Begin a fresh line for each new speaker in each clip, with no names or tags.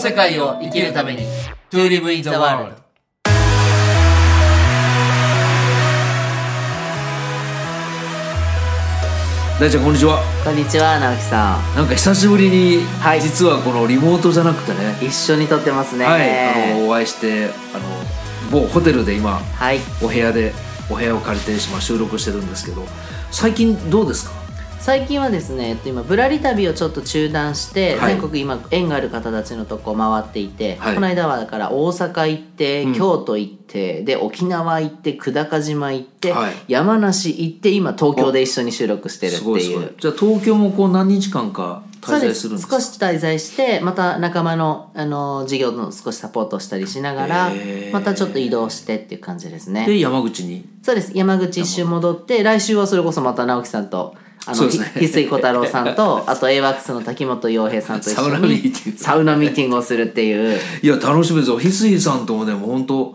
世界を生きるために To live in the world
大ちゃんこんにちは
こんにちは直樹さん
なんか久しぶりに、
はい
実はこのリモートじゃなくてね
一緒に撮ってますね
はいあのお会いしてあの某ホテルで今
はい
お部屋でお部屋を借りて今収録してるんですけど最近どうですか
最近はですねえっと今ぶらり旅をちょっと中断して、
はい
全国今縁がある方たちのとこ回っていて、
はい
この間はだから大阪行って、京都行ってで沖縄行って久高島行って、
はい
山梨行って今東京で一緒に収録してるっ
す
て
ごいす
い
ご
う
いじゃあ東京もこう何日間か
そう
滞
で
在す
す
るんですか
少し滞在してまた仲間の、あの事業の少しサポートしたりしながら
へー
またちょっと移動してっていう感じですね
で山口に
そうです山口一周戻って来週はそれこそまた直樹さんとあ
そう
の
で
ひ
すね
翡翠小太郎さん とあと a ワックスの滝本洋平さんと一緒に
サウナミーティング
サウナミーティングをするっていう
いや楽しみですよ翡翠さんともねもう本当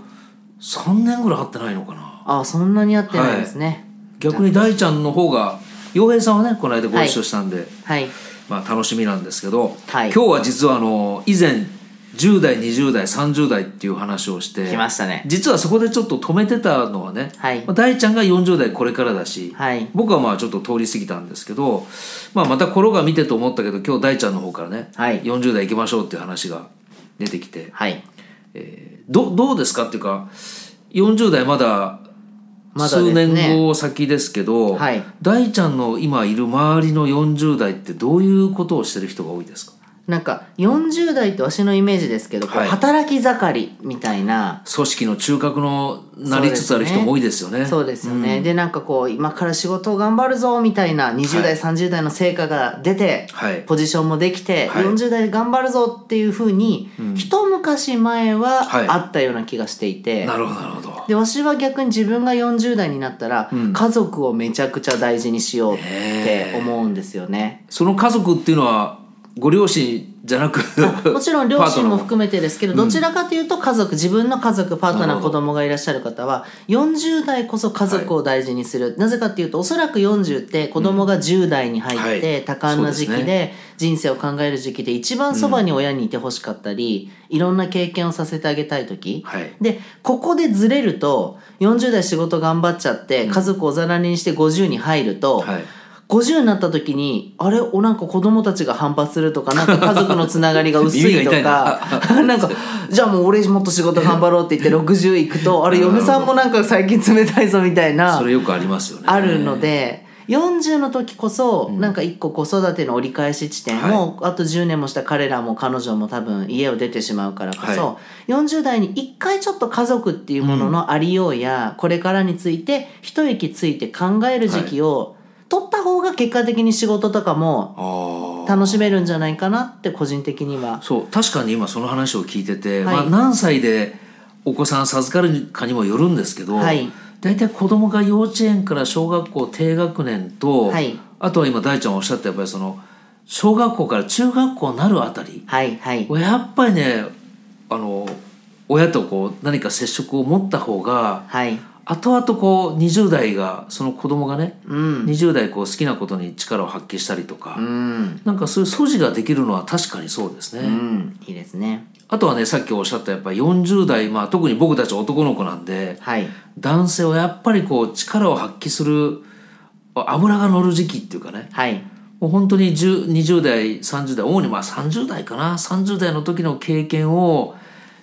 3年ぐらい会ってないのかな
あそんなにやってないですね
逆に大ちゃんの方が洋平さんはねこの間ご一緒したんで、
はい、
まあ楽しみなんですけど、
はい
今日は実はあの以前10代20代30代っていう話をして
来ましたね
実はそこでちょっと止めてたのはね、
はい
まあ大ちゃんが40代これからだし、
はい
僕はまあちょっと通り過ぎたんですけど、まあ、また転が見てと思ったけど今日大ちゃんの方からね、
はい
40代行きましょうっていう話が出てきて
はい
どどうですかっていうか40代まだ
まだで
数
すね
年後先ですけど
はい
大ちゃんの今いる周りの40代ってどういうことをしてる人が多いですか
なんか40代ってわしのイメージですけど、こう
はい
働き盛りみたいな
組織の中核のなりつつある人も多いですよね。
そうですよね、でなんかこう今から仕事を頑張るぞみたいな20代、30代の成果が出て、
はい
ポジションもできて、
はい
40代で頑張るぞっていうふうに、一昔前は
はい
あったような気がしていて、
なるほどなるほど。
でわしは逆に自分が40代になったら、家族をめちゃくちゃ大事にしようって思うんですよね。
その家族っていうのはご両親じゃなく
もちろん両親も
め
含めてですけどどちらかというと家族自分の家族パート
な
ナ
る
ー
ほど
子供がいらっしゃる方は40代こそ家族を大事にする、なぜかっていうとおそらく40って子供が10代に入っ
は
て
い
多感な時
そ
期
うで
で人生を考える時期で一番そばに親にいてほしかったり、いろんな経験をさせてあげたい時、
はい
でここでずれると40代仕事頑張っちゃって家族をおざらにして50に入ると、
はい
50になった時にあれおなんか子供たちが反発するとかなんか家族のつながり が薄
耳
いと
が痛い
か なんかじゃあもう俺もっと仕事頑張ろうって言って60いくとあれ嫁さんもなんか最近冷たいぞみたいな
それよくありますよね。
あるので40の時こそなんか一個子育ての折り返し地点を、あと10年もした彼らも彼女も多分家を出てしまうからこそ、40代に一回ちょっと家族っていうもののありようや、これからについて一息ついて考える時期を取った方が結果的に仕事とかも
ああ。
楽しめるんじゃないかなって個人的には
そう確かに今その話を聞いてて、
はい
まあ、何歳でお子さん授かるかにもよるんですけど、
はい
大体子供が幼稚園から小学校低学年と、
はい
あとは今大ちゃんおっしゃったやっぱりその小学校から中学校になるあたり
はいはい
やっぱりねあの親とこう何か接触を持った方が
はい
後々こう20代がその子供がね、
うん
20代こう好きなことに力を発揮したりとか、
うん
なんかそういう素地ができるのは確かにそうですね。
うんいいですね
あとはねさっきおっしゃったやっぱり40代、まあ、特に僕たち男の子なんで
はい
男性はやっぱりこう力を発揮するあ脂が乗る時期っていうかね
はい
もう本当に10 20代30代主にまあ30代かな30代の時の経験を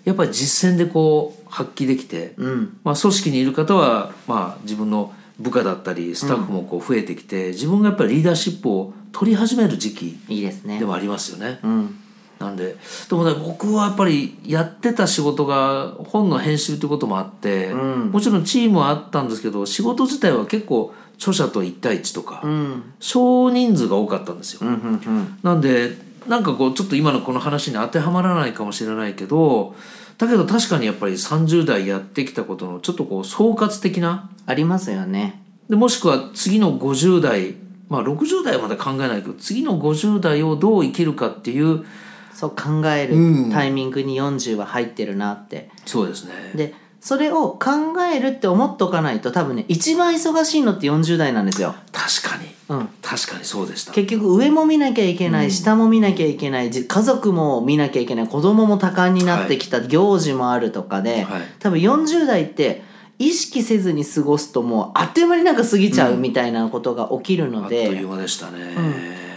やっぱり実践でこう発揮できて、
うん
まあ、組織にいる方は、まあ、自分の部下だったりスタッフもこう増えてきて、自分がやっぱりリーダーシップを取り始める時期
いいですね
でもありますよね。
うん
なんででもね僕はやっぱりやってた仕事が本の編集ってこともあって、
うん
もちろんチームはあったんですけど仕事自体は結構著者と1対1とか、
うん
少人数が多かったんですよ。
うんうんうん
なんでなんかこうちょっと今のこの話に当てはまらないかもしれないけどだけど確かにやっぱり30代やってきたことのちょっとこう総括的な
ありますよね
でもしくは次の50代まあ60代はまだ考えないけど次の50代をどう生きるかっていう
そう考え
うん
るタイミングに40は入ってるなって、
そうですね。
でそれを考えるって思っとかないと多分ね一番忙しいのって40代なんですよ
確かに
うん、
確かにそうでした
結局上も見なきゃいけない、下も見なきゃいけないじ家族も見なきゃいけない子供も多感になってきた、行事もあるとかで、
はい
多分40代って意識せずに過ごすともうあっという間になんか過ぎちゃうみたいなことが起きる
あ
の
っという
で、
間でしたね、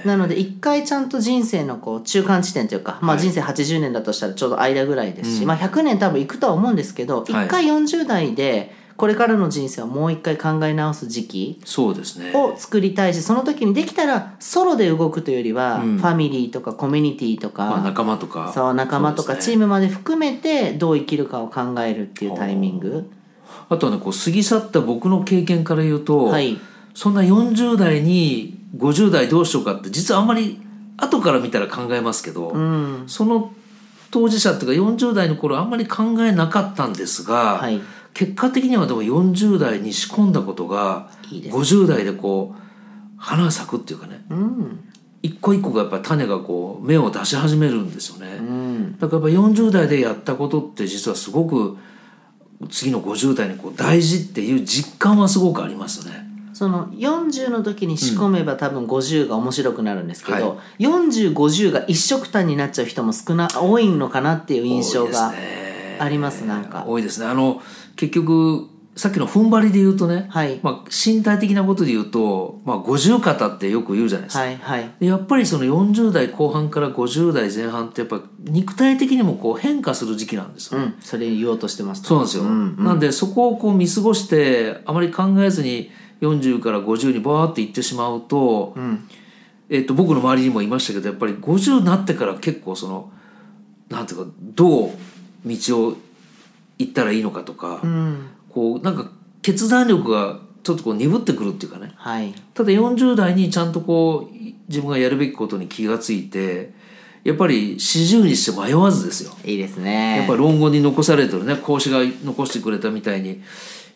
なので一回ちゃんと人生のこう中間地点というか、まあ、
はい
人生80年だとしたらちょうど間ぐらいですし、
うん
まあ、100年多分いくとは思うんですけど一、
はい
回40代でこれからの人生をもう一回考え直す時期。
そうですね
を作りたいしその時にできたらソロで動くというよりは、
うん
ファミリーとかコミュニティとか、
まあ、仲間とか
そう仲間とかチー
ム
ムまで含めてどう生きるかを考えるっていうタイミング、
あとはねこう過ぎ去った僕の経験から言うと、
はい
そんな40代に50代どうしようかって実はあんまり後から見たら考えますけど、
うん
その当事者っていうか40代の頃あんまり考えなかったんですが、
はい、
結果的にはでも40代に仕込んだことが
いいです
50代でこう花が咲くっていうかね
うん
一個一個がやっぱり種がこう芽を出し始めるんですよね。
うん、
だからやっぱ40代でやったことって実はすごく次の50代にこう大事っていう実感はすごくありますね。
その40の時に仕込めば多分50が面白くなるんですけど、
は
4050が一色単になっちゃう人も少な多いのかなっていう印象が
多いですね
ありますなんか
多いですねあの結局さっきの踏ん張りで言うとね、
はい
まあ、身体的なことで言うと、まあ、五十肩ってよく言うじゃないですか、
はいはい
でやっぱりその40代後半から50代前半ってやっぱ肉体的にもこう変化する時期なんですよ、
うんそれ言おうとしてました
そうなんですよ、なんでそこをこう見過ごしてあまり考えずに40から50にバーっていってしまうと、えっと僕の周りにもいましたけどやっぱり50になってから結構そのなんていうかどう道を行ったらいいのかとか、こうなんか決断力がちょっとこう鈍ってくるっていうかね
はい
ただ40代にちゃんとこう自分がやるべきことに気がついてやっぱり40にして迷わずですよ
いいですね
やっぱり論語に残されてるね孔子が残してくれたみたいに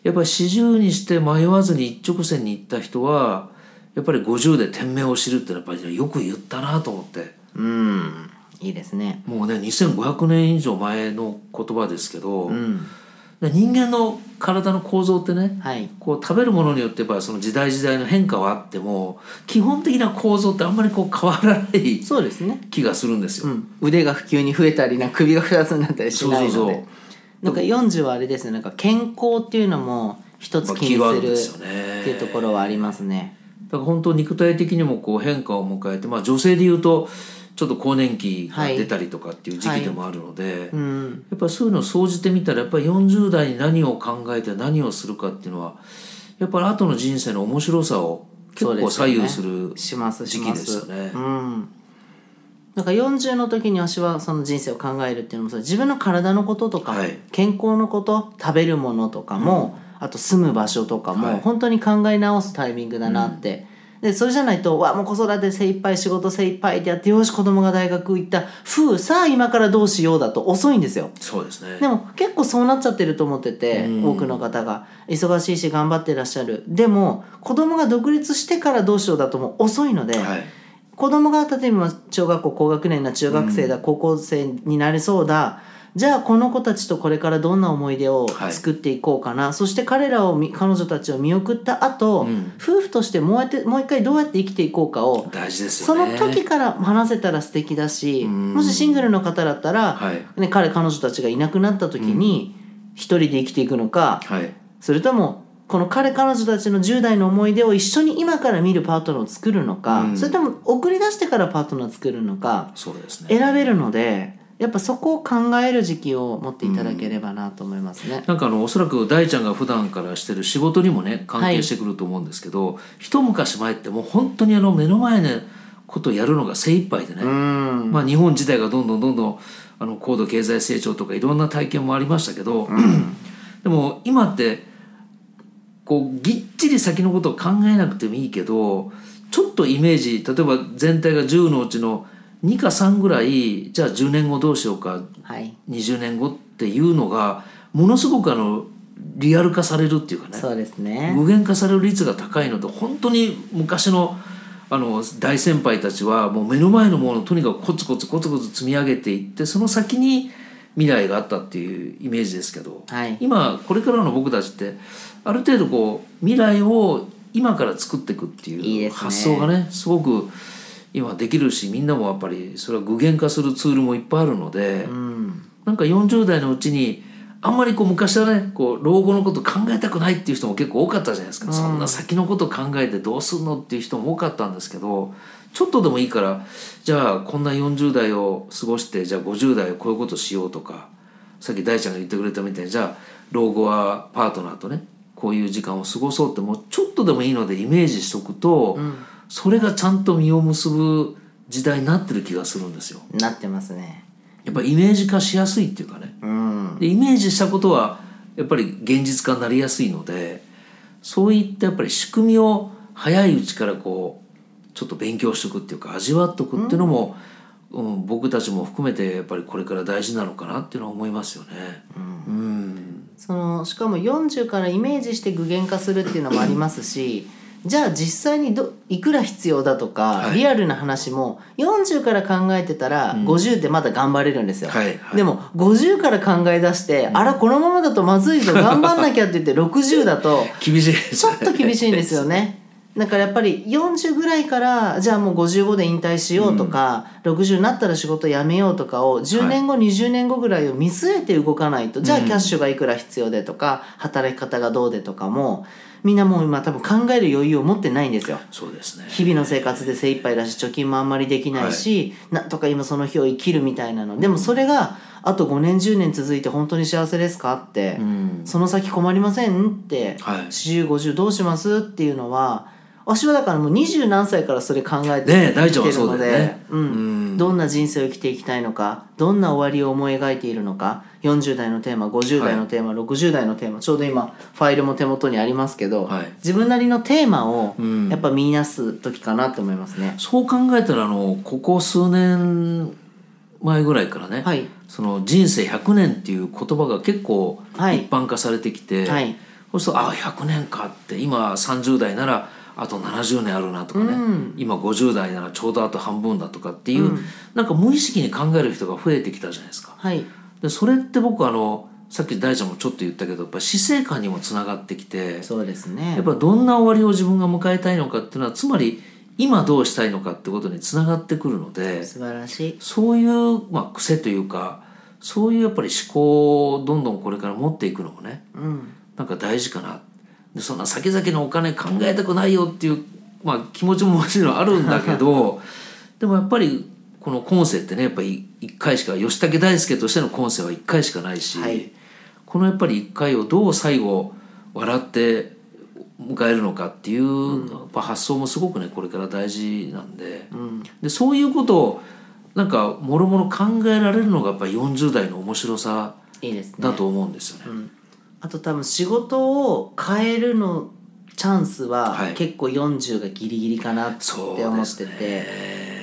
やっぱり四十にして迷わずに一直線に行った人はやっぱり50で天命を知るってのはやっぱりよく言ったなと思って
うんいいですね
もうね2500年以上前の言葉ですけど、で人間の体の構造ってね
はい
こう食べるものによってやっぱその時代時代の変化はあっても基本的な構造ってあんまりこう変わらない
そうですね、
気がするんですよ。
うん、腕が普及に増えたりなんか首が2つになったりし
そう
ない
そ
の
う
で
そう
なんか40はあれですねなんか健康っていうのも一つ
まあ
気
キーワード
に
ですす
る
よ
っていう
ね
ところはありますね
だから本当肉体的にもこう変化を迎えて、まあ、女性でいうとちょっと更年期が出たりとかっていう時期でもあるので、
うん
やっぱりそういうのを総じてみたらやっぱり40代に何を考えて何をするかっていうのはやっぱり後の人生の面白さを結
そうで
構
すよね
左右する
しますし
時期
ま
ですよね。
うんなんか40の時に私はその人生を考えるっていうのもそう自分の体のこととか、
はい
健康のこと食べるものとかも、あと住む場所とかも、
はい
本当に考え直すタイミングだなって、でそれじゃないとわあもう子育て精一杯仕事精一杯ってやってよし子供が大学行ったふうさあ今からどうしようだと遅いんですよ。
そうですね
でも結構そうなっちゃってると思ってて、多くの方が忙しいし頑張ってらっしゃるでも子供が独立してからどうしようだともう遅いので、
はい
子供が例えば小学校高学年だ中学生だ、高校生になれそうだじゃあこの子たちとこれからどんな思い出を
はい
作っていこうかな、そして彼らをみ彼女たちを見送った後、夫婦としてもうやってもう一回どうやって生きていこうかを
大事です
そ
よ
の
ね。
時から話せたら素敵だし、もしシングルの方だったら、
はい
ね、彼彼女たちがいなくなった時に一人で生きていくのか、
はい
それともこの彼彼女たちの10代の思い出を一緒に今から見るパートナーを作るのか、それとも送り出してからパートナーを作るのか
そうですね
選べるのでやっぱそこを考える時期を持っていただければなと思いますね。
なんかあのおそらく大ちゃんが普段からしてる仕事にもね関係してくると思うんですけど、一昔前ってもう本当にあの目の前のことをやるのが精一杯でね、
うん
まあ、日本自体がどんどんどんどんあの高度経済成長とかいろんな体験もありましたけど、でも今ってこうぎっちり先のことを考えなくてもいいけどちょっとイメージ例えば全体が10のうちの2か3ぐらいじゃあ10年後どうしようか
はい
20年後っていうのがものすごくあのリアル化されるっていうかね
そうですね
具現化される率が高いので本当に昔のあの大先輩たちはもう目の前のものをとにかくコツコツコツコツ積み上げていってその先に未来があったっていうイメージですけど、
はい
今これからの僕たちってある程度こう未来を今から作っていくって
いい
い
で
う
すね
発想がねすごく今できるしみんなもやっぱりそれは具現化するツールもいっぱいあるので、なんか40代のうちにあんまりこう昔はねこう老後のこと考えたくないっていう人も結構多かったじゃないですか、そんな先のこと考えてどうすんのっていう人も多かったんですけどちょっとでもいいからじゃあこんな40代を過ごしてじゃあ50代をこういうことしようとかさっき大ちゃんが言ってくれたみたいにじゃあ老後はパートナーとねこういう時間を過ごそうってもうちょっとでもいいのでイメージしとくと、それがちゃんと実を結ぶ時代になってる気がするんですよ。
なってますね
やっぱイメージ化しやすいっていうかね、でイメージしたことはやっぱり現実化になりやすいのでそういったやっぱり仕組みを早いうちからこうちょっと勉強しておくっていうか味わっとくっていうのも、うん僕たちも含めてやっぱりこれから大事なのかなっていうのは思いますよね。うん
そのしかも40からイメージして具現化するっていうのもありますしじゃあ実際にどいくら必要だとか、
はい
リアルな話も40から考えてたら、50でまだ頑張れるんですよ、
はいはい
でも50から考え出して、あらこのままだとまずいぞ頑張んなきゃって言って60だと
厳しいです
ちょっと厳しいんですよ ね。だからやっぱり40ぐらいからじゃあもう55で引退しようとか、60になったら仕事辞めようとかを10年後、20年後ぐらいを見据えて動かないとじゃあキャッシュがいくら必要でとか働き方がどうでとかもみんなもう今多分考える余裕を持ってないんですよ。
そうですね。
日々の生活で精一杯だし貯金もあんまりできないし、なんとか今その日を生きるみたいなのでもそれがあと5年10年続いて本当に幸せですかって、その先困りませんって、
はい
4050どうしますっていうのは私はだからもう20何歳からそれ考えて
ねえ
生
大
き
ち
て
ゃんは
る
そ
の
う
で、
だよね
うん
うん
どんな人生を生きていきたいのかどんな終わりを思い描いているのか40代のテーマ50代のテーマ、60代のテーマちょうど今ファイルも手元にありますけど、
はい
自分なりのテーマをやっぱ見出す時かなと思いますね。
そう考えたらあのここ数年前ぐらいからね、
はい
その人生100年っていう言葉が結構一
はい
般化されてきて、
はい
そうするとあ100年かって今30代ならあと70年あるなとかね、今50代ならちょうどあと半分だとかっていう、なんか無意識に考える人が増えてきたじゃないですか。
はい、
でそれって僕あのさっき大ちゃんもちょっと言ったけどやっぱり死生観にもつながってきて
そうですね
やっぱどんな終わりを自分が迎えたいのかっていうのはつまり今どうしたいのかってことにつながってくるので
素晴らしい
そういう、まあ、癖というかそういうやっぱり思考をどんどんこれから持っていくのもね、なんか大事かなでそんな先々のお金考えたくないよっていう、まあ、気持ちももちろんあるんだけど でもやっぱりこの今世ってねやっぱり一回しか吉武大輔としての今世は一回しかないし、
はい
このやっぱり一回をどう最後笑って迎えるのかっていう、やっぱ発想もすごくねこれから大事なんで,、でそういうことをなんかもろもろ考えられるのがやっぱり40代の面白さ
いいですね
だと思うんですよね。
あと多分仕事を変えるのチャンスは
はい
結構40がギリギリかなって
そう
思っ
で
て
す
て、
ね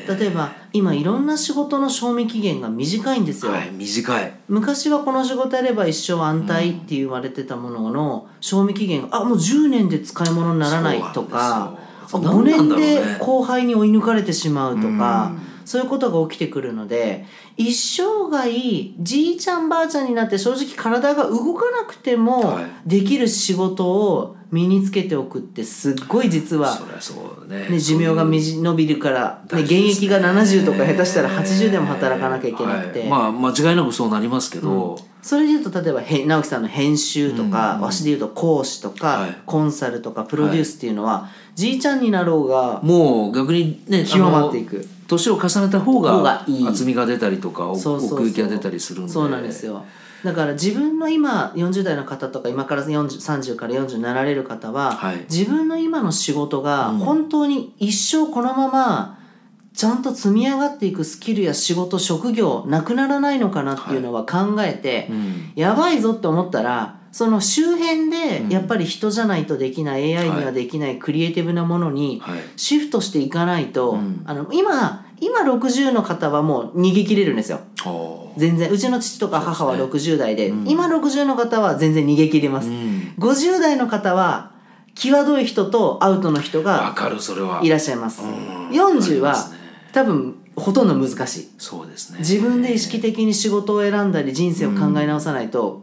例えば今いろんな仕事の賞味期限が短いんですよ、
はい、短い。
昔はこの仕事やれば一生安泰って言われてたものの、賞味期限があもう10年で使い物にならないとか、あ
そうな
5
んですよ
年
何なんだろ
で
うね
後輩に追い抜かれてしまうとか、そういうことが起きてくるので一生涯じいちゃんばあちゃんになって正直体が動かなくても
はい
できる仕事を身につけておくってすっごい実は
そりゃそうね
ね、寿命がみじ伸びるから、ね、
大
現
事です
役
ね
が70とか下手したら80でも働かなきゃいけなくて、
はいまあ間違いなくそうなりますけど、
それでいうと例えばへ直樹さんの編集とか、わしでいうと講師とか、
はい
コンサルとかプロデュースっていうのは、じいちゃんになろうが
もう逆にね
極まっていく
あの年を重ねた方
方が
が
いい
厚みが出たりとか奥
そうそうそう
行きが出たりするんで
そうなんですよだから自分の今40代の方とか今から40 30から40になられる方は、
はい
自分の今の仕事が本当に一生このままちゃんと積み上がっていくスキルや仕事職業なくならないのかなっていうのは考えて、
うん
やばいぞって思ったらその周辺でやっぱり人じゃないとできない、AI にはできないクリエイティブなものに
はい
シフトしていかないと、あの今今60の方はもう逃げ切れるんですよ。
あー
全然うちの父とか母は60代で今60の方は全然逃げ切ります、
ん
50代の方は際どい人とアウトの人
わ
が
かるそれはい
らっしゃいます、40
ん
は
わかりますね
多分ほとんど難しい
そうですね
自分で意識的に仕事を選んだり人生を考え直さないと、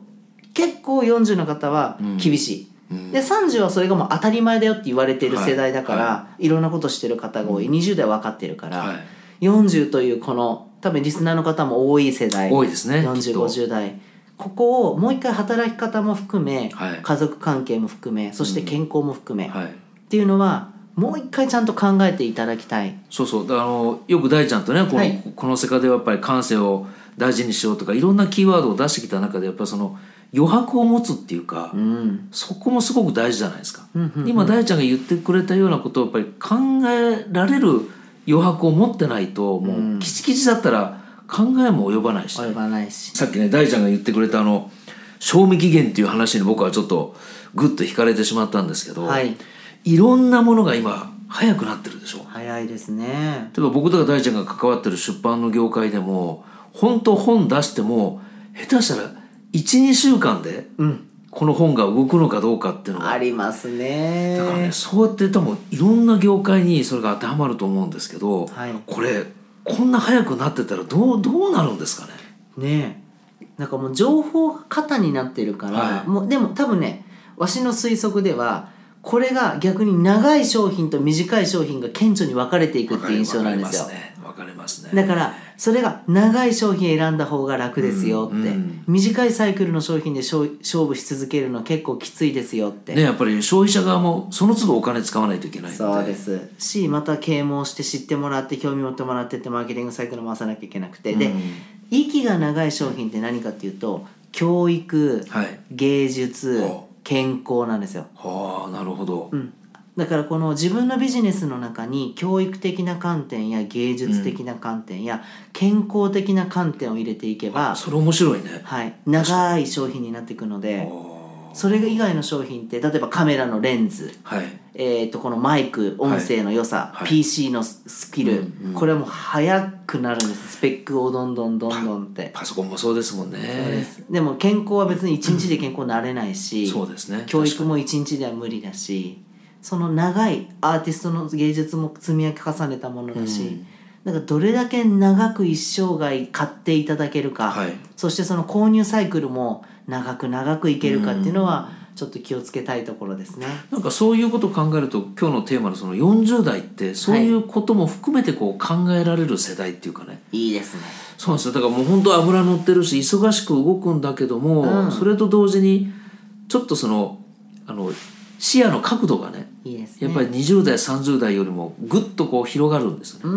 結構40の方は厳しい、で30はそれがもう当たり前だよって言われてる世代だから、
はい
いろんなことしてる方が多い20代分かってるから、
はい
40というこの多分リスナーの方も多い世代
多いですねきっと
4050代ここをもう一回働き方も含め、
はい
家族関係も含めそして健康も含め、っ
はい
ていうのはもう一回ちゃんと考えていただきたい
そうそうあのよく大ちゃんとねこの,、
はい
この世界ではやっぱり感性を大事にしようとかいろんなキーワードを出してきた中でやっぱりその余白を持つっていうか、
うん
そこもすごく大事じゃないですか、今大ちゃんが言ってくれたようなことをやっぱり考えられる余白を持ってないともうキチキチだったら考えも及ばないしね、
及ばないし
さっきね大ちゃんが言ってくれたあの賞味期限っていう話に僕はちょっとグッと惹かれてしまったんですけど、
はい
いろんなものが今早くなってるでしょ
早いですね
例えば僕とか大ちゃんが関わってる出版の業界でも本当本出しても下手したら12週間でこの本が動くのかどうかっていうのが、
ありますね
だからねそうやって多分いろんな業界にそれが当てはまると思うんですけど、
はい
これこんな早くなってたらどうどうなるんですかね
ねえなんかもう情報が型になってるから、
はい
もうでも多分ねわしの推測ではこれが逆に長い商品と短い商品が顕著に分かれていくっていう印象なんですよ
わかりますねわかりますね
だからそれが長い商品選んだ方が楽ですよって、
うんうん
短いサイクルの商品で勝勝負し続けるの結構きついですよって、
ねやっぱり消費者側もその都度お金使わないといけないので
そうですしまた啓蒙して知ってもらって興味持ってもらってってマーケティングサイクル回さなきゃいけなくて、で息が長い商品って何かっていうと教育、
はい
芸術
ほ
健康なんですよ、
はあなるほど、
うん、だからこの自分のビジネスの中に教育的な観点や芸術的な観点や健康的な観点を入れていけば、
それ面白いね
はい、長い商品になっていくので
は
それ以外の商品って例えばカメラのレンズ
い
えー、とこのマイク音声の良さ、
はいはい
PC のススキル、これはもう速くなるんですスペックをどんどんどんどんって
パソコンもそうですもんね
そうですでも健康は別に1日で健康になれないし、
そうですね
教育も1日では無理だしその長いアーティストの芸術も積み重ねたものだし、だからどれだけ長く一生涯買っていただけるか、
はい
そしてその購入サイクルも長く長くいけるかっていうのはちょっと気をつけたいところですね。
なんかそういうことを考えると今日のテーマのその40代ってそういうことも含めてこう考えられる世代っていうかね、
いいですね
そうなんですよだからもう本当油乗ってるし忙しく動くんだけども、それと同時にちょっとそのあの視野の角度がね
いいですね
やっぱり20代30代よりもぐっとこう広がるんですよね、
う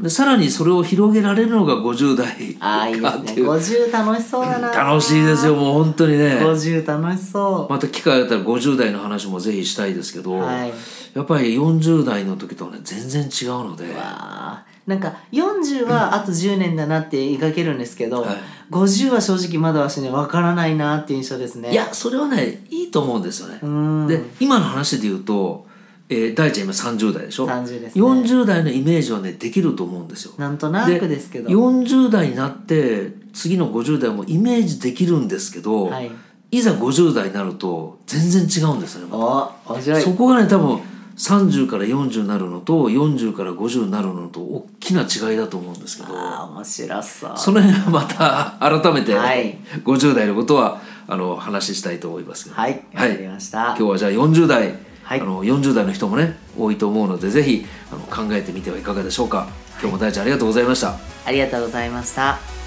ん
でさらにそれを広げられるのが50
ああい
代
いで
かっ
す
て
ね。
いう
50楽しそうだな。
楽しいですよ。もう本当にね
50楽しそ
また機会あったら50代の話もぜひしたいですけど、
う。はい。
やっぱり40代の時とはね全然違うので
わあなんか40はあと10年だなって描けるんですけど、
はい
50は正直まだ私ねわからないなっていう印象ですね。
いやそれはねいいと思うんですよね、
うん。
で今の話で言うと、えー大ちゃん今30代でしょ
30ですね
40代のイメージはねできると思うんですよ
なんとなくですけど。
40代になって次の50代もイメージできるんですけど、
はい。
いざ50代になると全然違うんですよねま
お面
た
白い。
そこがね多分30から40になるのと40から50になるのと大きな違いだと思うんですけど
ああ面白そう。
その辺はま た改めて、
はい
50代のことはあの話ししたいと思いますけど、
はい。わかりました。
今日はじゃあ40代、
はい
あの40代の人もね多いと思うのでぜひあの考えてみてはいかがでしょうか今日も大ちゃんありがとうございました、
ありがとうございました。